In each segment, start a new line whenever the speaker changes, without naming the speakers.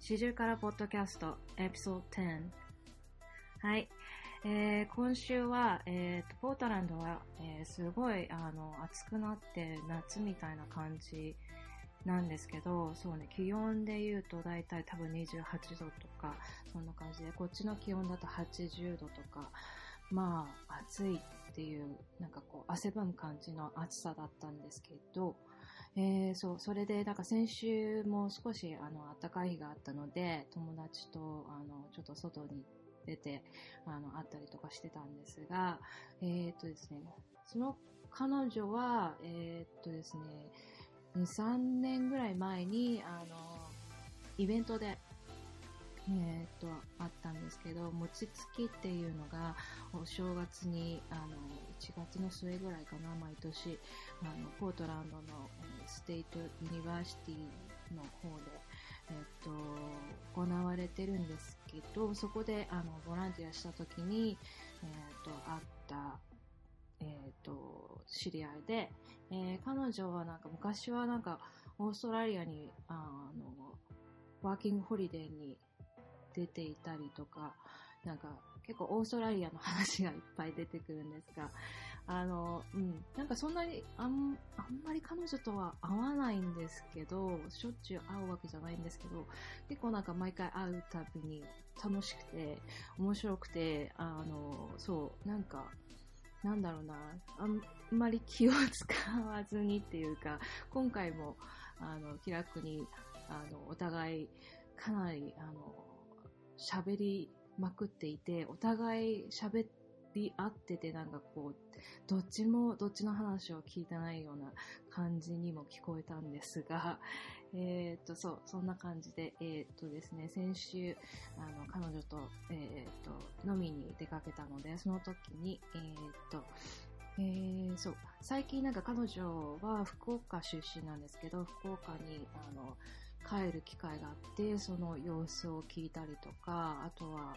四十からポッドキャスト、エピソード10。はい。えー今週は、えーとポートランドは、えーすごいあの暑くなって夏みたいな感じなんですけど、そうね、気温で言うと大体多分28度とか、そんな感じで、こっちの気温だと80度とか、まあ、暑いっていう、なんかこう、汗ばむ感じの暑さだったんですけど、えーそう、それで、なんか先週も少し、あの、暖かい日があったので、友達と、あの、ちょっと外に出て、あの、会ったりとかしてたんですが、えーっとですね、その彼女は、えーっとですね、2、3年ぐらい前に、あの、イベントで、えーっと、あったんですけど、餅つきっていうのが、お正月に、あの、1月の末ぐらいかな、毎年、あの、ポートランドのえーステイトユニバーシティの方で、えっと、行われてるんですけど、そこで、あの、ボランティアした時に、えっと、会った、えっと、知り合いで、えー彼女はなんか昔はなんか、オーストラリアに、あの、ワーキングホリデーに出ていたりとか、なんか結構オーストラリアの話がいっぱい出てくるんですが、あの、うん、なんかそんなにあん、あんまり彼女とは会わないんですけど、しょっちゅう会うわけじゃないんですけど、結構なんか毎回会うたびに楽しくて、面白くて、あの、そう、なんか、なんだろうな、あんまり気を使わずにっていうか、今回も、あの、気楽に、あの、お互い、かなり、あの、喋りまくっていて、お互い喋り合ってて、なんかこう、どっちもどっちの話を聞いてないような感じにも聞こえたんですが、 えーっと、そう、そんな感じで、えーっとですね、先週、あの、彼女と、えーっと、飲みに出かけたので、その時に、えーっと、えー、そう、最近なんか彼女は福岡出身なんですけど、福岡に、あの、帰る機会があって、その様子を聞いたりとか、あとは、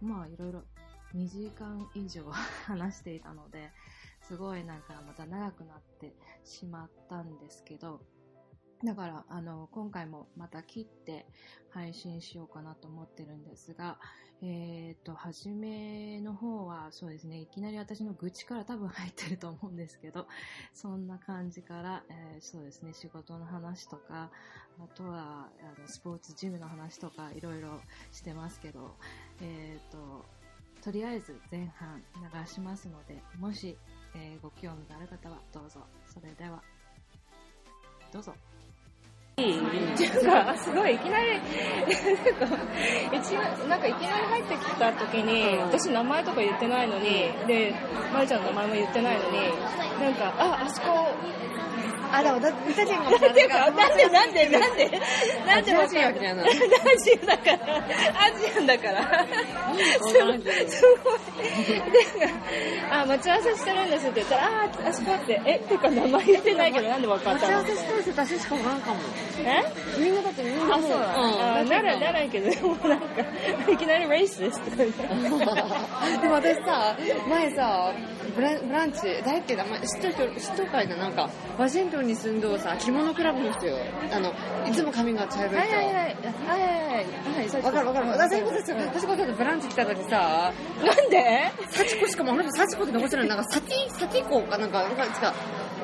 まあいろいろ2時間以上 話していたので、すごいなんかまた長くなってしまったんですけど、だから、あの、今回もまた切って配信しようかなと思ってるんですが、えっ、と、初めの方は、そうですね、いきなり私の愚痴から多分入ってると思うんですけど、そんな感じから、えーそうですね、仕事の話とか、あとは、あのスポーツジムの話とか、いろいろしてますけど、えっ、と、とりあえず前半流しますので、もし、えーご興味がある方はどうぞ。それでは、どうぞ。
っていうか、すごい、いきなり、 なんか、一なんかいきなり入ってきた時に、私名前とか言ってないのに、で、まるちゃんの名前も言ってないのに、なんか、あ、あそこ、
あ、でも、だって、私も、
っていうか、なんでなんでなんでなんでわかんない。アジアだから、アジアだから。すごい。すごい。であ、待ち合わせしてるんですって言ったら、あー、あそこって、え、っていうか名前言ってないけどなんでわかっ
待
た
ち合
の
わせしてる人、私しかおらんかも。
え
みんなだって、みんなもう。
あ、そうなのあ
うん
なら、ならんけど、でもなんか、いきなりレイスですとか言って。
でも私さ、前さ、ブラブランチ、誰っけ名前、知っとる人、知っとるかいな、なんか、ワシントンに住んどるさ、着物クラブの人よ。あの、いつも髪が茶色い人。
い。はいはいはい。はい
わかるわかる。私もさ、私もさ、ブランチ来た時さ、
なんで
サチコしかもあの人サチコって残ってない。なんかサティ、サティコかなんか、なんか、違う。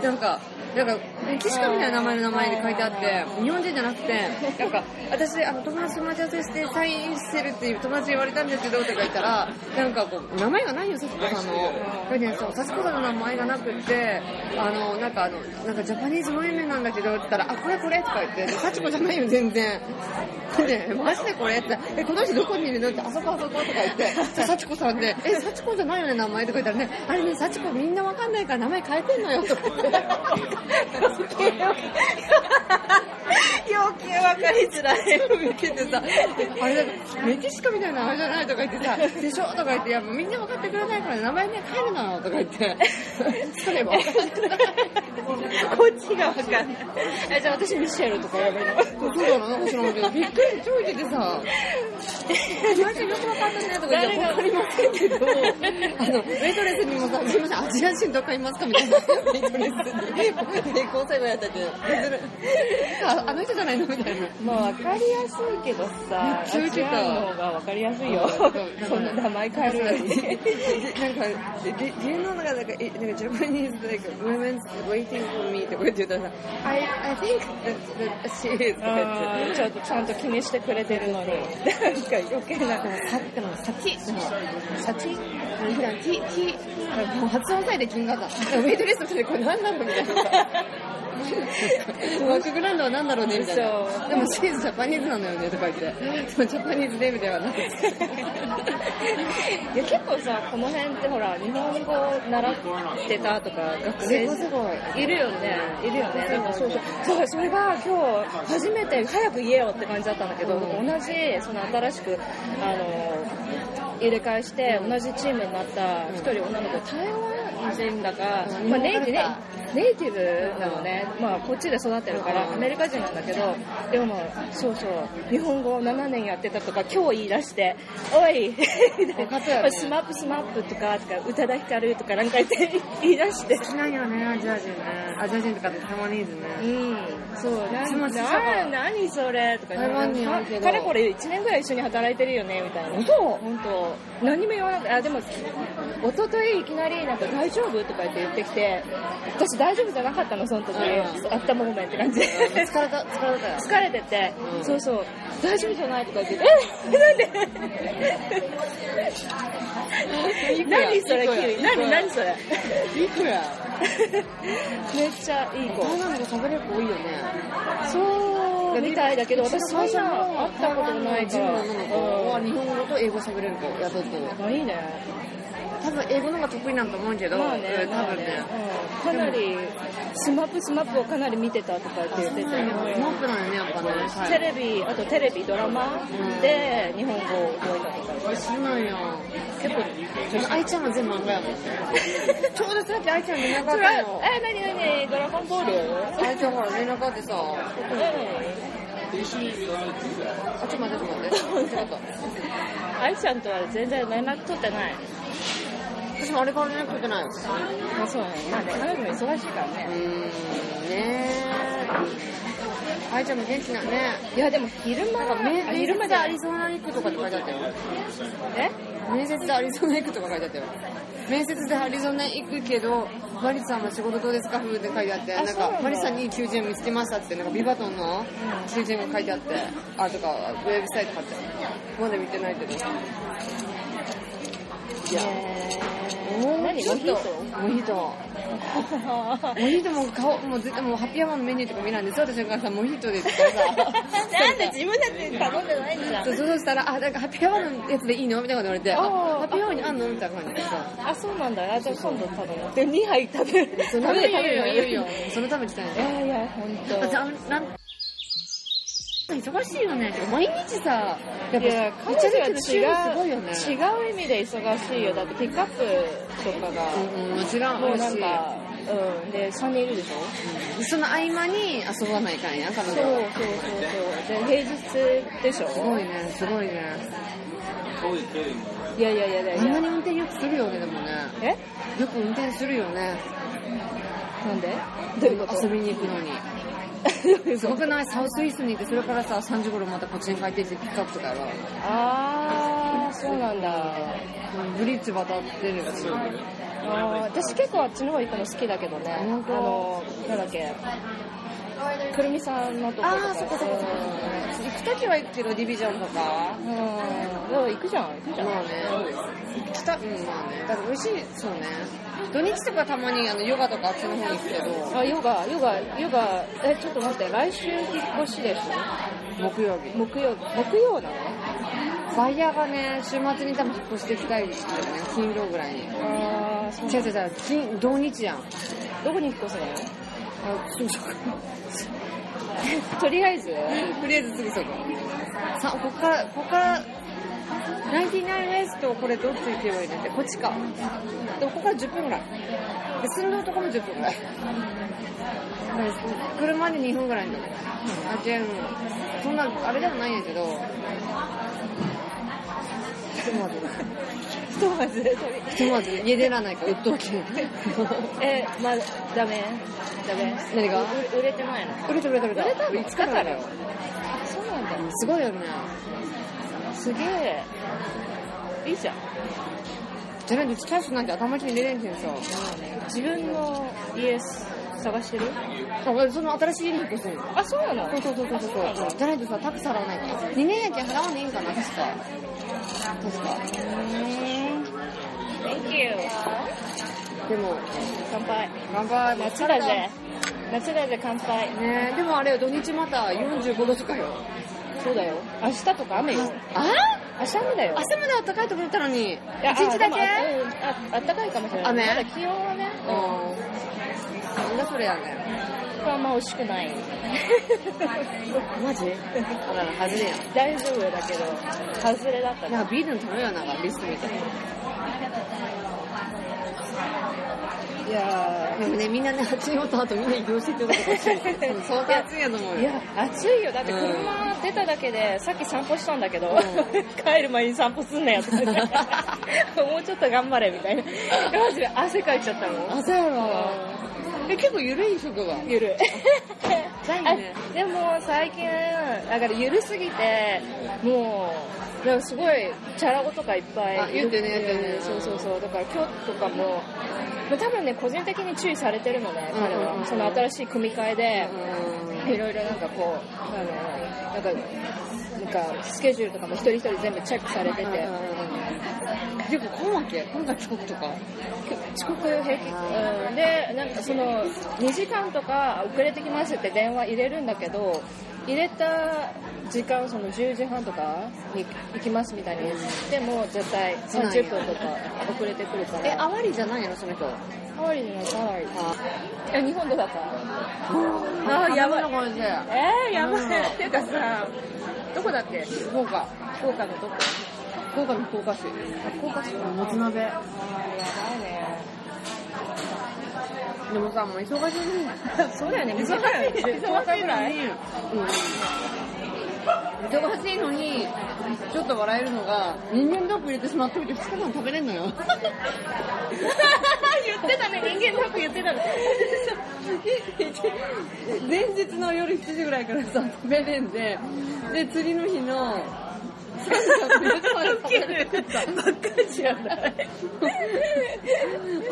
なんか、なんか、メキシカみたいな名前の名前で書いてあって、日本人じゃなくて、なんか、私、あの、友達と待ち合わせしてサインしてるっていう友達に言われたんですけど、とか言ったら、なんかこう、名前がないよ、サチコさんの。これね、そう、サチコさんの名前がなくって、あの、なんかあの、なんかジャパニーズ萌え名なんだけど、って言ったら、あ、これこれとか言って、サチコじゃないよ、全然。ねえ、マジでこれって、え、この人どこにいるのって、あそこあそことか言って、じゃあ幸子さんで、え、幸子じゃないよね、名前とか言ったらね、あれね、幸子みんなわかんないから名前変えてんのよ、とか言って。
余計わかりづらい。
見ててさ、あれだ、メキシコみたいな名前じゃないとか言ってさ、でしょとか言って、いや、もうみんな分かってくれないから名前ね、変えるのよ、とか言って。それも。
こっちがわかんない。え、じゃあ私ミシェルとか呼べるの
そうだな、なんか知らんけど、びっくり、超いててさ、
来て、
毎回よくわかんないなとか言ってわかりませんけど、あの、ウェイトレスにもさ、すいません、アジア人と買いますかみたいな。ウェイトレスに。で、交際後やったけど、ああの人じゃないのみたいな。
まあわかりやすいけどさ、ア
めっちゃ言って
ジ
た
アの方がわかりやすいよ
そうだから。
そんな名前変えるのに。
なんか、げ芸能の中なんか、え、なんか、ジャパニーズ、なんか、women's waiting for me とか言ってたらさ、I, I think that, that she is とか言
う
っ
ん
て。
ちょっとちゃんと気にしてくれてるのに。なんか余計な。
さでも、さち、でも、さち、なんか、き、き、もう発音さえできんがさ、ウェイトレスの人でこれ何なのみたいなさ。バックグラウンドは何だろうねみたい
そ
な。
う
でも、シーズジャパニーズなのよねとか言って。でも、ジャパニーズデビューではなくて。
いや結構さ、この辺ってほら、日本語習ってたとか、学生
すごい。
いるよね、いるよね。なんかそうそう。そう、それが今日初めて早く言えよって感じだったんだけど、
う
同じ、その新しく、あの、入れ替えして、同じチームになった一人女の子、台湾人だか
う、ん
まあネイティブ
日本か
ネネイティブなのね、まあこっちで育ってるから、アメリカ人なんだけど、でもまあそうそう、日本語を7年やってたとか、今日言い出して、おい、
よね
スマップスマップとか、とか、宇多田ヒカルとかなんか言って言い出して、
好きなんよね、アジア人ね。アジア人とかってタイマニーズ
う
ね。
ん、そう、な
つまりさ
な何それとか、
台湾にあるけど
かれこれ1年ぐらい一緒に働いてるよねみたいな。そう本当。何も言わなくて、あ、でも、おとといいきなりなんか大丈夫とか言って言ってきて、私大丈夫じゃなかったの、その時。
う
あったもんめんって感じで。
疲れた、疲れたよ。
疲れてて、
うん
そうそう、大丈夫じゃないとか言って、えなんで 何それ、キウイ。何、何それ。
いくら
めっちゃいい子。
台湾の子喋れる子多いよね。
そうみたいだけど、私そんな会ったことないか
台
ら。
湾の女の子は日本語と英語喋れる子雇ってる。
うんいいね。
多分英語の方が得意なんと思うけど、
まあね
う、ん
ま
多
あ
分
ね
ね。。
うんかなり、スマップスマップをかなり見てたとかって言ってたよ
モップなんよね、やっぱね。
テレビ、あとテレビ、ドラマ
うん
で日本語を覚えたとか。
ビ。そうなんよ。結構、愛ちゃんは全部漫画やもんね。ちょうどさっき愛ちゃん連絡あ
そ
っ
れは
たよ。
え、なになにドラゴンボール
愛ちゃんほら連絡あってさ、あ、
うん。
ちょっと待って、ちょっと待って。ちょっと待って。
愛ちゃんとは全然連絡取ってない。
私もあれから連絡取ってないよ。
まあそうね。まあね、彼女も忙しいから
う
ね。
ーん、ねえ。愛ちゃんも元気なね。
いや、でも昼間
なんか、め
が、
面
昼間
接で
だ
ア。リゾナ行くとかって書いてあったよ。
え
面接でアリゾナ行くとか書いてあったよ。面接でアリゾナ行くけど、マリさんは仕事どうですか風って書いてあって、
あ
なん
そうな
か
ん、だ
マリさんにいい求人見つけましたって、なんかビバトンの求人が書いてあって、あ、とか、ウェブサイト貼ってあるまだ見てないけど。いや、
何
ちょっと
モヒート。
モヒート。モヒー トも顔、もう絶対もうハッピーアワーのメニューとか見ないんですよ、私の母さん、モヒートでって言った らさ
なんで自分だって頼んでないじゃ
そ
ん。
うそうしたら、あ、なんかハッピーアワーのやつでいいのみたいなこと言われて、
あ
あ、
ー
ハッピーアワーにあんのみたいな感じでさ。
あ、そうなんだ。あじゃあ今度頼む。で、2杯食べる。
そ
食
のた
べ
め
る、食
にい
べ
よ
る、
いよいよ。そのために来たん
い
やね。
やいや、ほんと。
だってあん、なん、忙しいよね。てか毎日さ、やっ
いや、
ぱ、
彼
めち
女
ゃめちゃす
は
ごい
違
よ
う、
ね。
違う意味で忙しいよ。だってピックアップとかが、
うんうん、違う。
もう
多い
なん
し
か、うん。で、3人いるでしょ
その合間に遊ばないかんや、彼
そうそ
女
う
は。
そうそう。で、平日でしょ
すごいね、すごいね。
いやいやいやいや
あんなに運転よくするよね、でもね。
え
よく運転するよね。
なんでどういうこと
遊びに行 くのに。すごくないサウスイスに行って、それからさ、3時頃またこっちに帰ってきてピックアップとかやろ。
あー、そうなんだ。
ブリッジ渡ってるし。
あー私結構あっちの方行くの好きだけどね。あ
本当
の、なんだっけ。くるみさんのところとか。
あーそこそこそこ行くときは行くけど、ディビジョンとか。
うん。うん。でも行くじゃん、行くじゃん。
まあね。行きた、うん、まあね。だから美味しい、そうね。土日とかたまにあのヨガとかあっちの方に行くけど、
あ、ヨガ、ヨガ、ヨガ、え、ちょっと待って、来週引っ越しでしょ
木曜日。
木曜、木曜なの
バイヤーがね、週末に多分引っ越してきたいんだよね、金曜ぐらいに。違
あー、そう
う違う違う、金、土日やん。
どこに引っ越すの
あ、そうそう
とりあえず、
とりあえず次そこ。さ、こっから、こっから、ナインティナインレースとこれどっち行けばいいのって、こっちか。でもここから10分ぐらい。で、寸胴とかも10分ぐらい。だから車で2分ぐらいのとこ。あ、違う。そんな、あれでもないんやけど、ひとまず、
ひとまず取り
ひとまず家出らないから、うっとうき。
えまあダメダメ
何が
う売れてないの
売れた売れた売れた。
売れたの
いつからだよ。
あそうなんだ
すごいよね。
すげえいいじゃん
じゃないと、チャンスなんて頭金入れれんけんさ。
自分の家探してる
あ俺その新しい家に引っ越すの。
あそうなの
そうそうそうそうそう。じゃないとさ、タクス払わないから。2年やけん払わねえんかな、確か。確
Thank you
か。でも、
乾杯
頑張れ。
夏だぜ夏だぜ乾杯
ねえ、でもあれよ、土日また45度とかよ。
そうだよ明日とか雨よ
あ
明日雨だよ
明日まであったかいと思ったのに。一
いやあ
日だ
でもあう
け
んああったかいかもしれない
雨
まだ気温はね
うん。なんだそれやね。
僕はあんま惜しくない
マジあらら、外れやん。
大丈夫だけど外れだった
い
ね
や、ビールのためよ、なんか、リストみたいな。いやーでもね、みんなね、暑い音あとみんな移動してってことかもしれない。うん相当暑いやと思うよ。
いや、暑いよ。だって車出ただけで、さっき散歩したんだけど、帰る前に散歩すんなよ とか言ってもうちょっと頑張れみたいな。マジで汗かいちゃったもん。
朝やろ。え、結構ゆるい職場。
ゆるい。
だよね。
あでも最近、だからゆるすぎて、もう、なんかすごい、チャラ男とかいっぱい。
あ言ってね言ってね
そうそうそう。だから今日とかも、まあ多分ね、個人的に注意されてるのね、彼
うんうんう
は。
ん
その新しい組み替えで。
う
いろいろなんかこう、あの、なんか、なんかスケジュールとかも一人一人全部チェックされてて、
ん。結構来んわけ今回遅刻とか。
遅刻平気、うん、で、なんかその、2時間とか遅れてきますって電話入れるんだけど、入れた時間、その10時半とかに行きますみたいに言っても、絶対30分とか遅れてくるから。
え、あわりじゃないのその人。
ハワイじゃない、ハワイ。
あ
いや、日本どうだった
あー、やばい。これで。
えー、やば
うん
い。っていうかさ、どこだっけ
福岡。
福岡のどこ
福岡の福岡市。
福岡市か
もつ鍋。
やばいね。
でもさ、もう忙しいね。
そうだよね、
忙しい
短いよね。
忙しいのに、忙しいのに、ちょっと笑えるのが、人間ドック入れてしまっといて2日間食べれんのよ。
言ってたね、人間ドック言ってたね。
前日の夜7時ぐらいからさ、食べれんで、で、次の日の、
ウケるばっかりじゃ ない。
放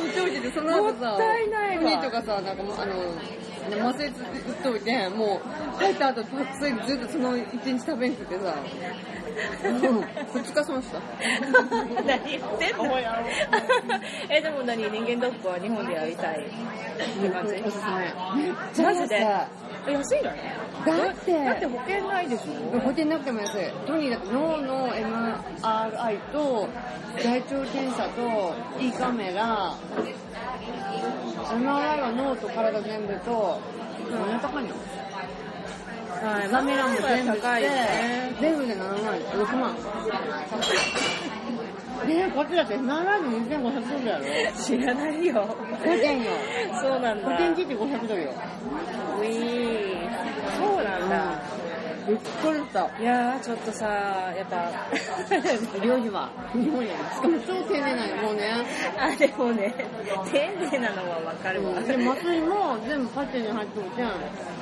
っておいてて、その後さ、
もったいないわ
お兄とかさ、なんかもう、あの、麻酔ずっとおいて、もう、帰った後、たくさんずっとその一日食べんくてさ、もう、2日損した。
何言ってんの え、でも何人間ドックは日本でやりたい。
って感じ。おすすめ。
マジで安いのね。
だって、
だって保険ないでしょ
保険なくても安い。とにかく脳の MRI と、大腸検査と、E カメラ、MRI は脳と体全部と、何高いの
はい
カメラも全部
高いよね。
全部で7万、6万。 ねえ、こっちだって MRI も2500ドルやろ。
知らないよ。
保険よ。
そうなんだ。
保険切って500ドルよ。
ウィーそうなんだ。
びっくりした。
いやー、ちょっとさ、やっぱ、
料理は日本やしかも超丁寧なんよもうね
あ、でもね、丁寧なのはわか
で
るわ。
麻酔も全部パッチに入っておいて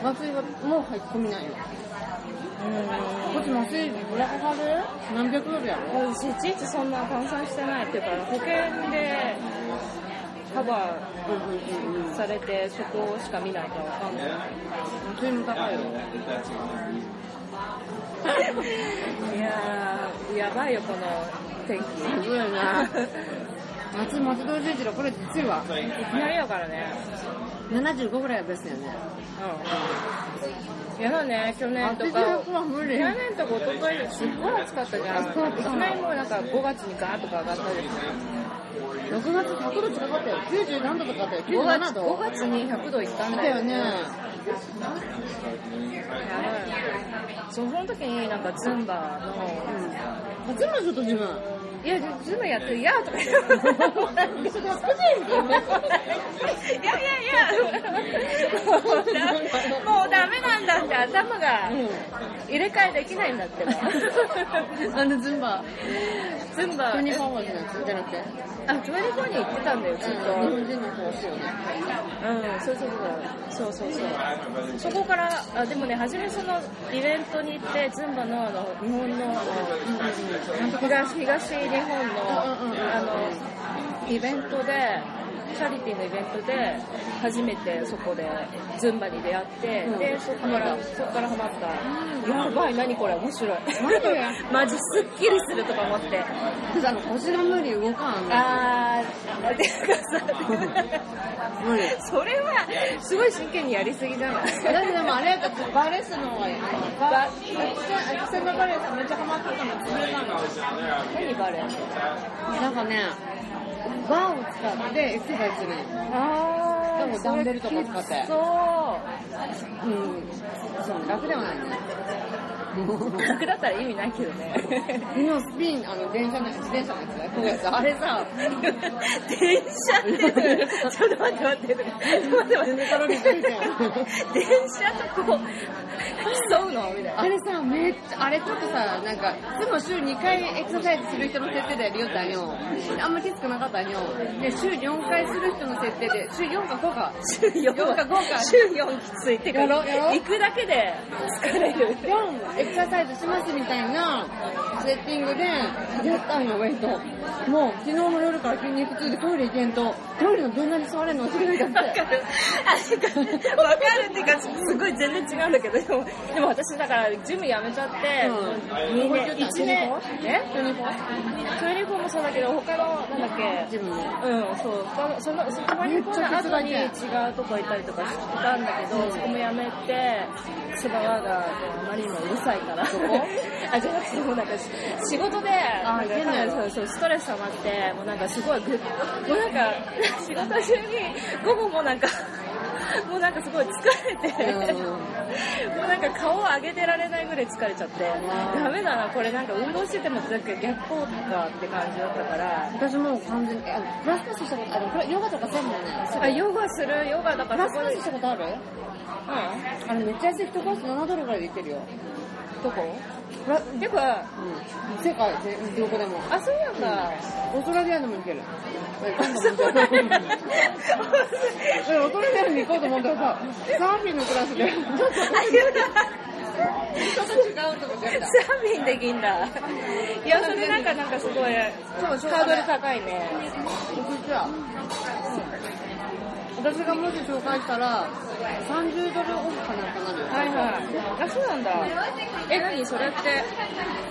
麻酔はもう入って込みないよこっち麻酔ブラかかる何百ドルやろ
私いちいちそんな換算してないっていうか保険でカバ
うんうんうん
ーされてそこしか見ないからわかんない
麻酔も高いよ
いやーやばいよこの天気
すごいよね夏松戸十字路これきついわ
いきなりだからね
75ぐらいはベストよね
うんやだね去年とか
85は無理
去年とか一昨日すっごい暑かったじゃんい
暑かった
きなりもうなんか5月にガーッとか上がったでし
6月100度近かったよ90何度とかあったよ
ょ5月
97度
5月に100度いったん
だ
だ
よ
よ
ね
そうその時になんかズンバの、
あズンバちょっと自分。
いや、ズムやってる、いやとか言って。いやいやいや、もうダもうダメなんだって、頭が入れ替えできないんだって。
あのズンバ。
ズンバ、
ユニ
え
フォームじゃなくて、じゃなくて。
あ、24に行ってたんだよ、ずっ
日
と。うん、
本人の方ですよね。
そうそうそう。そうそうそう。そこから、あでもね、初めそのイベントに行って、ズンバのあの日本のあの東東日本の、
うんうんうん
あの、イベントで、チャリティーのイベントで、初めてそこでズンバに出会って、
うん
で、そこから、そこからハマった。やばい、何これ、面白い。
何これ
マジすっきりするとか思って。
私、あの、腰が無理動かんの。
あー、てかさ、
無理。
それは、すごい真剣にやりすぎじゃない
だってでもあれやったらバレスの方がいい。
バ
アクセントバレスめっちゃハマってたの、潰れたの。
何バレー
なんかね、バーを使ってエクササイズするの。
あ
でもダンベルとか使って
そう。
うん。そう、楽ではないね。
楽だったら意味ないけど ね。
昨日スピン、あの、電車の、自転車のやつねこうやつ。あれさ、
電車 って、ちょっと待って待って、ちょっと待って待っ
全
て
然カロリー低いじゃん。
電車とこう、競うのみたいな。
あれさ、めっちゃ、あれちょっとさ、なんか、いつも週2回エクササイズする人の設定でやるよったんよ。あんまきつくなかったんよ。で、週4回する人の設定で、週4か5か。
週4
四か五か
週4きついってか
やろうやろう
行くだけで疲れる。
4エクササイズしますみたいなセッティングで、やったんよ、ウェイト。もう、昨日の夜から筋肉痛でトイレ行けんと、トイレのどんなに座れんの忘れないだ
わ
っ
か
て。
る。あ、わかるっていうか、すごい全然違うんだけど、でも、でも私だから、ジムやめちゃって、
う
二年、
覚え
1
て
年
た、
えトニコトニコもそうだけど、他の、なんだっけ、
自分も。
うん、そう、他の、その、そこまでこの後に違うとこ行ったりとかしたんだけど、そこもやめて、千葉はがあまりにもうるさいから。 あ、じゃなくて、もうなんか、仕事で、なんか
いけない
そうそう、ストレス溜まって、もうなんかすごいぐっ、もうなんか、仕事中に、午後もなんか、 もうなんかすごい疲れて、もうなんか顔を上げてられないぐらい疲れちゃって、
ん
ダメだな、これなんか運動しててもなんか逆効果って感じだったから、
私もう完全に、あの、プラスパスしたこと、あの、プラヨガとか全部ね、
あ、ヨガするヨガだか
プ
ら
ラ
そ
ス
こ
パ
で
スし、たことあるあれめっちゃ安い、1コース7ドルぐらいでいけるよ。
うん、どこわてか、
うん。世界全、どこでも。
あ、そうなんだ。
オーストラリアでも行ける。
そうなんだ
でオーストラリアに行こうと思ったらさ、サーフィンのクラスで、ちょっと違うと思ってた。
サーフィンできんだ。いや、それなんか、なんかすごい、
そう、
ハ
そう
ードル高いね。
実は。私がもし紹介したら、30ドルオフかなんかなるよ。
はいはい。あ、そうなんだ。え、何それって、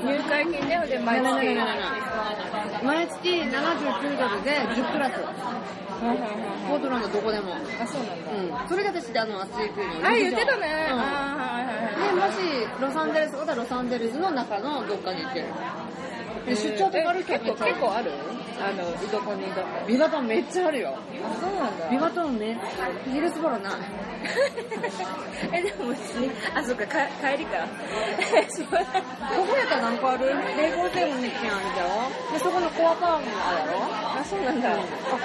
入会金で、で、毎月。はいはいはい
毎月79ドルで10クラス。ポートランドどこでも。うん。
あ、そうなんだ。
それが私であの、あっち行くの。
あ、言ってたね。
うん
あーはいはいはい。
で、もし、ロサンゼルスだったらロサンゼルスの中のどっかに行ってる。で、出張とかあるけど、
結構結構あるあの、いとこにいとこ。
ビバトンめっちゃあるよ。
そうなんだ
ビバトンめっちゃ、ヒルズボロない。
え、でも別に、あ、そっか、か帰りか。そう
ここやったら何個あるレゴゼロに来やんじゃん。で、そこのコアタウンもあるやろ。
あ、そうなんだ。
あ、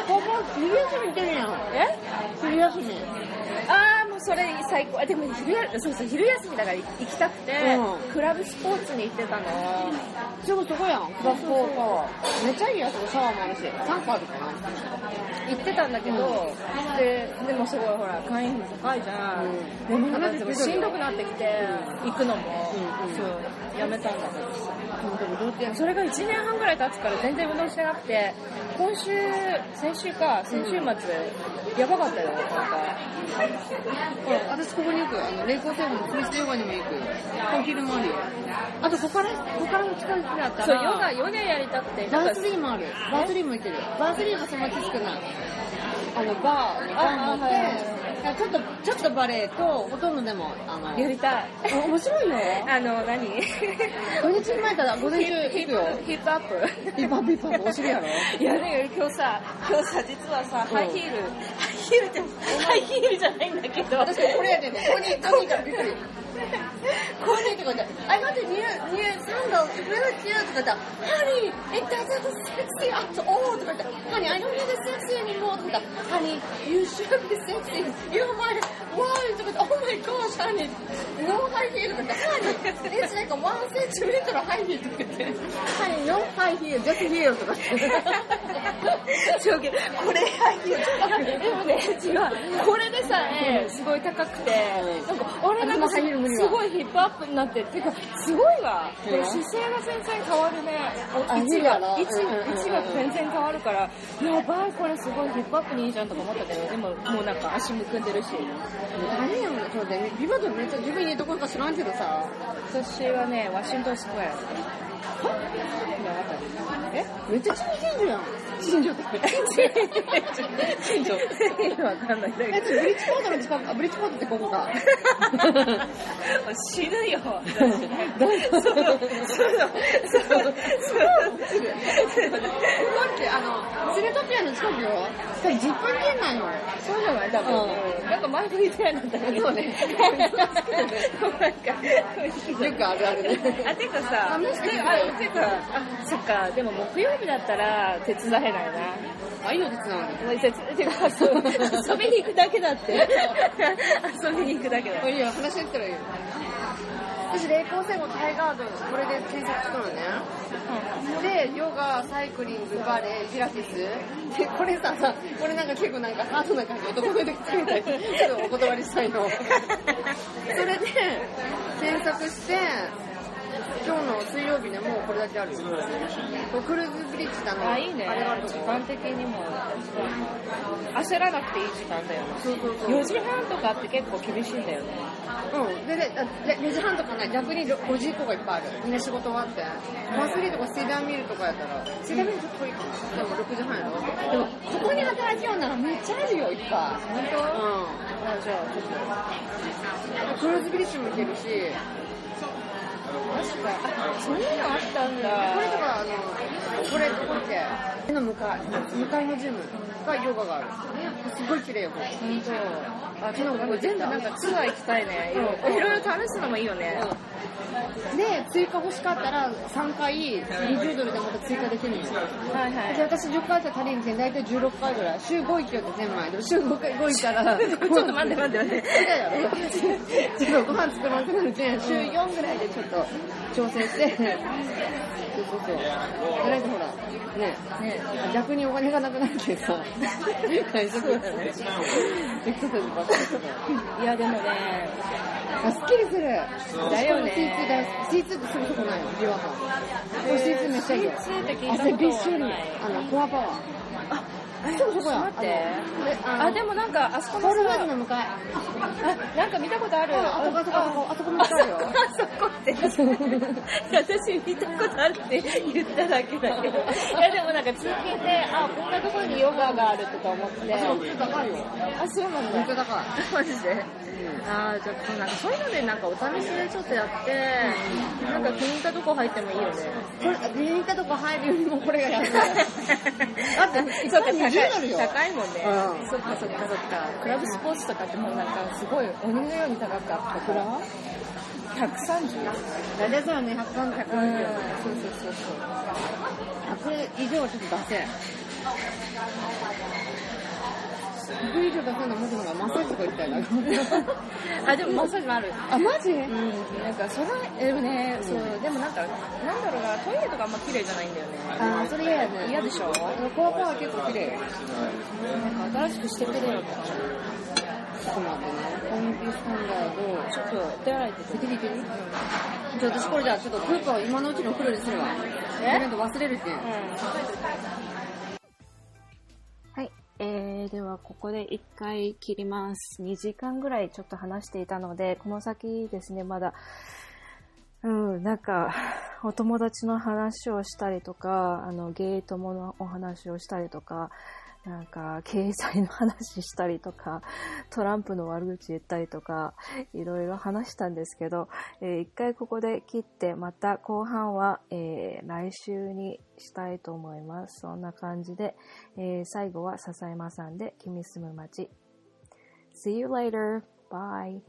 ここ、昼休み行ってるやん。
え
昼休み。
あー、もうそれ最高。あでも昼や、そうそう、昼休みだから行きたくて、
う
クラブスポーツに行ってたの。
すぐそこやん。クラスコーめっちゃいいやつ、シャワーもあるし。3個あるかな。
行ってたんだけど、で、でもすごいほら、会員費高いじゃん。
うん
でもなんかでもしんどくなってきて、行くのも、
うんうん
そう、やめたんだけど。
でもどうやってやる
それが1年半ぐらい経つから全然運動してなくて、今週、先週か、先週末、やばかったよ、なんか。
私ここに行くよ。あの、レイコーテーブルのクリスヨガにも行くよ。お昼もあるよ。あと、ここから、ここから近くだったら、
そう、ヨガ、ヨガやりたくて、な
バ
ん
ー
か
スリーもある。バースリーも行けるよ。バースリーもそんなきつくない。あの、バー、バー持っ
あはい
て、ちょっと、ちょっとバレエと、ほとんどでも、あの、
やりたい。
あ面白いよ。
あの、何
土日前から午前中
ヒ
行
ップ
くよ。
ヒップアップ。
ビバビバのお尻やろ
いやね、今日さ、今日さ、実はさ、ハイヒール、ハイヒールって、ハイヒールじゃないんだけど。
私これやでね、ここに、ここにいたらびっくり。ここにいてこうやって、I want a new, new sandal, really cute とか言ったら、Honey, it doesn't sexy at all とか言ったら、Honey, I don't need a sexy anymore とか言ったら、Honey, you should be sexy, you're my wife とか言ったら、Oh my gosh, honey, no high heel とか言ったら、Honey, it's like a one centimeter high heel とか言って、Honey, no high heel, just heel とか言って。
上下これハイヒール。でもね、違う。これでさえ、すごい高くて、なんか、あれなんか
ハイヒール無理
す
だ
すごいヒップアップになって、てか、すごいわ。これ姿勢が全然変わるね。
あ
位置
いい
が、
な
位置
うんうんうん
位置が全然変わるから、やばい、これすごいヒップアップにいいじゃんとか思ったけど、でももうなんか足むくんでるし。
あれやもん、そうだよね。ビバドンめっちゃ自分にどこか知らんけどさ。
私はね、ワシントンスクエア。え
めっちゃ近近所やん。近所って。
近所わかんないんだけ
え、ブリッジポートの近く、あ、ブリッジポートってここか。
死ぬよ。そのそのその
だって、あの、スレトピアの近くよ。それ10分圏内よ。
そうじゃない多分、なんか前振りたいなんだけど
そうね
なんか
よくあるあるね。
あてかさ
あもしかして
あてかあそっかでも木曜日だったら手伝えないな
あ、いいのですなのに。
もう手伝てかそう 遊びに行くだけだって遊びに行くだけだ
これいいよ、話し合ったらいいよ。私、霊光線もタイガード、これで検索したのね。で、ヨガ、サイクリング、バレエ、ピラティス。で、これさ、さこれなんか結構なんかハードな感じ、男の時つけ たい。ちょっとお断りしたいの。それで、検索して、今日の水曜日でもうこれだけあるよ。こうクルーズブリッジだの。
あいいね
あれがあると
時
こ。
間的にも焦らなくていい時間だよね
そうそうそう。
4時半とかって結構厳しいんだよね
うん。で、で、で4時半とかね、逆に5時以降がいっぱいある。みんな仕事終わって。マンスリーとかスイダーミールとかやったら、スイダーミールちょっと遠いかも。でも6時半やろ。でも、ここに働きようならめっちゃあるよ、いっぱい。
本当
う
あじゃあちょっと
ん。クルーズビリッジも行けるし、これ
マジかあそういうのあったんだ
とか、あの、これ、どこって、絵の向かい、向かいのジムがヨガがある。すごい綺麗よ、これ。
本当。あ、でもなんか全部なんかツアー行きたいね。いろいろ試すのもいいよね。
で、追加欲しかったら3回20ドルでまた追加できるのよ。
はいは
で。私10回しか足りんけん、大体16回ぐらい。週5行きよって全部前でも週5回、5行ったら。 ちょっ
ちょっと待って待って待っ て。
ちょっとご飯作らなくなるけん、週4ぐらいでちょっと調整して。そうそうそう。でなんかほら、ね、
ね
逆にお金がなくなるけんさ、会食だ ね。エクササイズばっかりして
いやでもね、
あ、 すっきりする。
だよね
C2 大好き。C2 ってするとこないの、ビワさん。これ C2 めっちゃいいよ。
C2 って聞いたこ
汗びっしょ
と
り。
ない。
あの、コアパワー。
え
すぐそこや。
待って。
あ
あ、
で
で
も、
もなんかあそこ
ホー
も
ルバージ
さ
の、向かい。
あなんか見たことある。
あそこ、あそこ、あそこ、あそこ向
あ
かいよ。
そこって 私見たことあるって言っただけだけどいやでもなんか通勤であこんなところにヨガがあるとか思って
あそこ、普通高いよ。
あそうなん
本当
だ
高い。
マジでああじゃあなんかそういうのでなんかお試しでちょっとやって、なんか気に入ったとこ入ってもいいよね
これ、見に行ったとこ入るよりもこれが安い。だって、1
そうか高い
回20ドルよ。
高いもんね、
うん
そっかそっかそっかクラブスポーツとかってもうなんかすごい鬼のように高かったから130
大体そうよね、100万、100
うん
万。
そうそうそうそう
100以上はちょっと出せん。100以上出せんの、もしもがマッサージとか行きたいな。
あ、でもマッサージもある。
あ、マジ
うん、なんかそれ、でもね、そう、でもなんか、なんだろうな、トイレとかあんま綺麗じゃないんだよね。
あ、それ嫌やね。
嫌でしょ
コアパワー結構綺麗よ。
なんか新しくしてくれよって。
ちょっと待ってね。コミュニティスタンダード。
ちょっと手洗い
いけるいけるじゃあ私これじゃあちょっとクーパーを今のうちに送るようにするわ。
え
なんか忘れるけん。
はい。えー、では、ここで一回切ります。2時間ぐらいちょっと話していたので、この先ですね、まだ、うん、なんか、お友達の話をしたりとか、あの、ゲイ友のお話をしたりとか、なんか、経済の話したりとか、トランプの悪口言ったりとか、いろいろ話したんですけど、えー一回ここで切って、また後半は、えー来週にしたいと思います。そんな感じで、えー最後は笹山さんで、君住む街。See you later! Bye!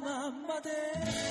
Mama, mother.